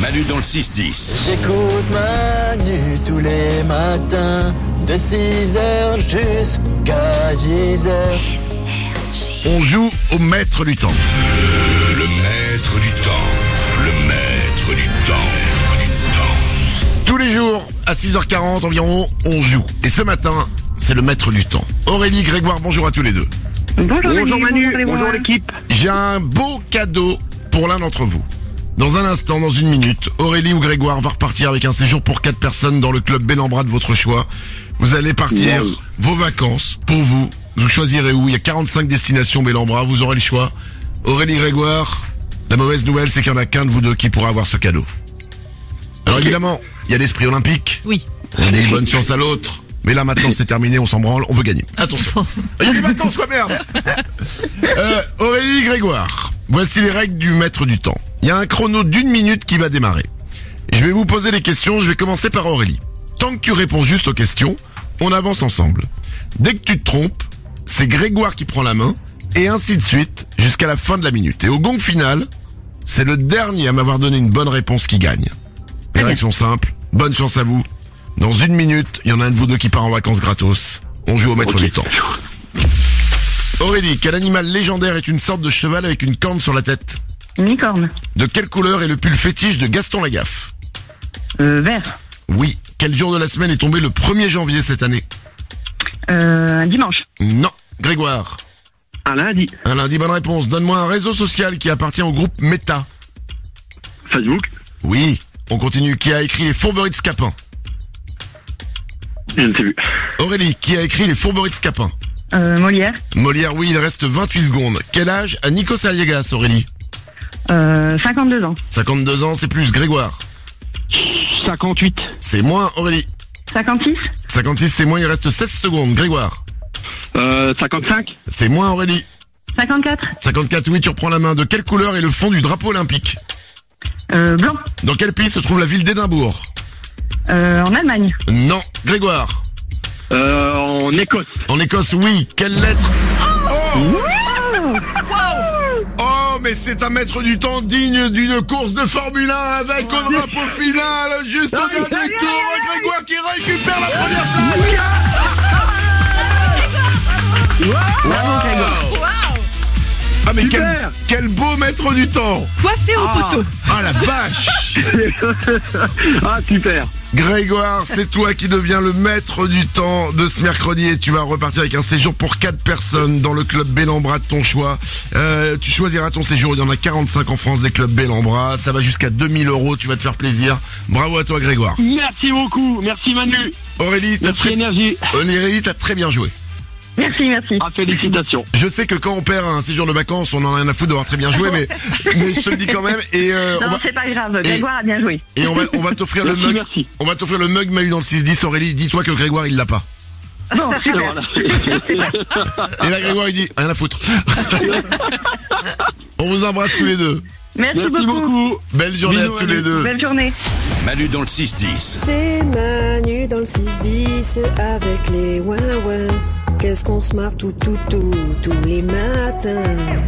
Manu dans le 6-10. J'écoute Manu tous les matins, de 6h jusqu'à 10h. On joue au maître du temps. Le maître du temps. Le maître du temps. Tous les jours, à 6h40 environ, on joue. Et ce matin, c'est le maître du temps. Aurélie, Grégoire, bonjour à tous les deux. Bonjour, Denis, bonjour, les voix. l'équipe. J'ai un beau cadeau pour l'un d'entre vous. Dans un instant, dans une minute, Aurélie ou Grégoire va repartir avec un séjour pour quatre personnes dans le club Bellambra de votre choix. Vous allez partir Wow. vos vacances pour vous. Vous choisirez où Il y a 45 destinations Bellambra, vous aurez le choix. Aurélie Grégoire, la mauvaise nouvelle, c'est qu'il n'y en a qu'un de vous deux qui pourra avoir ce cadeau. Alors évidemment, il y a l'esprit olympique. Oui. On dit bonne chance à l'autre. Mais là maintenant c'est terminé, on s'en branle, on veut gagner. Attention. Il y a des vacances quoi merde euh, Aurélie Grégoire, voici les règles du maître du temps. Il y a un chrono d'une minute qui va démarrer. Je vais vous poser les questions, je vais commencer par Aurélie. Tant que tu réponds juste aux questions, on avance ensemble. Dès que tu te trompes, c'est Grégoire qui prend la main, et ainsi de suite, jusqu'à la fin de la minute. Et au gong final, c'est le dernier à m'avoir donné une bonne réponse qui gagne. Direction simple, bonne chance à vous. Dans une minute, il y en a un de vous deux qui part en vacances gratos. On joue au maître du temps. Aurélie, quel animal légendaire est une sorte de cheval avec une corne sur la tête Unicorne. De quelle couleur est le pull fétiche de Gaston Lagaffe Euh, vert. Oui. Quel jour de la semaine est tombé le 1er janvier cette année Euh, un dimanche. Non. Grégoire, Un lundi. un lundi, bonne réponse. Donne-moi un réseau social qui appartient au groupe Meta. Facebook. Oui. On continue. Qui a écrit les fourberies de Scapin Je ne sais plus. Aurélie, qui a écrit les fourberies de Scapin Euh, Molière. Molière, oui, il reste 28 secondes. Quel âge a Nico Saliegas, Aurélie Euh, 52 ans. 52 ans, c'est plus. Grégoire, 58. c'est moins. Aurélie, 56 56, c'est moins. Il reste 16 secondes. Grégoire, Euh, 55. c'est moins. Aurélie, 54 54, oui, tu reprends la main. De quelle couleur est le fond du drapeau olympique euh, Blanc. Dans quel pays se trouve la ville d'Édimbourg Euh, en Allemagne. Non. Grégoire, Euh, en Écosse. en Écosse, oui. Quelle lettre Oh Oh, mais c'est un maître du temps digne d'une course de Formule 1 avec au drapeau final, juste au dernier tour, Grégoire qui récupère la première place Bravo, Grégoire. Ah mais quel, Super quel beau maître du temps Coiffé au Ah. poteau. Ah la vache ah, super. Grégoire, c'est toi qui deviens le maître du temps de ce mercredi et tu vas repartir avec un séjour pour quatre personnes dans le club Bellambra de ton choix. Euh, tu choisiras ton séjour, il y en a 45 en France des clubs Bellambra, ça va jusqu'à 2000 euros, tu vas te faire plaisir. Bravo à toi Grégoire. Merci beaucoup. Merci Manu. Aurélie, t'as Merci très, Énergie. Aurélie, t'as très bien joué. Merci, merci. Ah, félicitations. Je sais que quand on perd un séjour de vacances, on en a rien à foutre d'avoir très bien joué, mais, mais je te le dis quand même et, euh, on, Non, va, c'est pas grave. Grégoire a bien joué. et on va, on va t'offrir le Merci, mug. merci. On va t'offrir le mug Mahu dans le 6-10. Aurélie, dis-toi que Grégoire, il l'a pas. Bon, super. Voilà. Et là, Grégoire, il dit, rien à foutre. On vous embrasse tous les deux. Merci, Merci beaucoup. beaucoup. Belle journée Bisous, à tous les Manu. deux. Belle journée. Manu dans le 6-10. C'est Manu dans le 6-10 avec les ouin-ouin. Qu'est-ce qu'on se marre tout, tout, tout, tous les matins.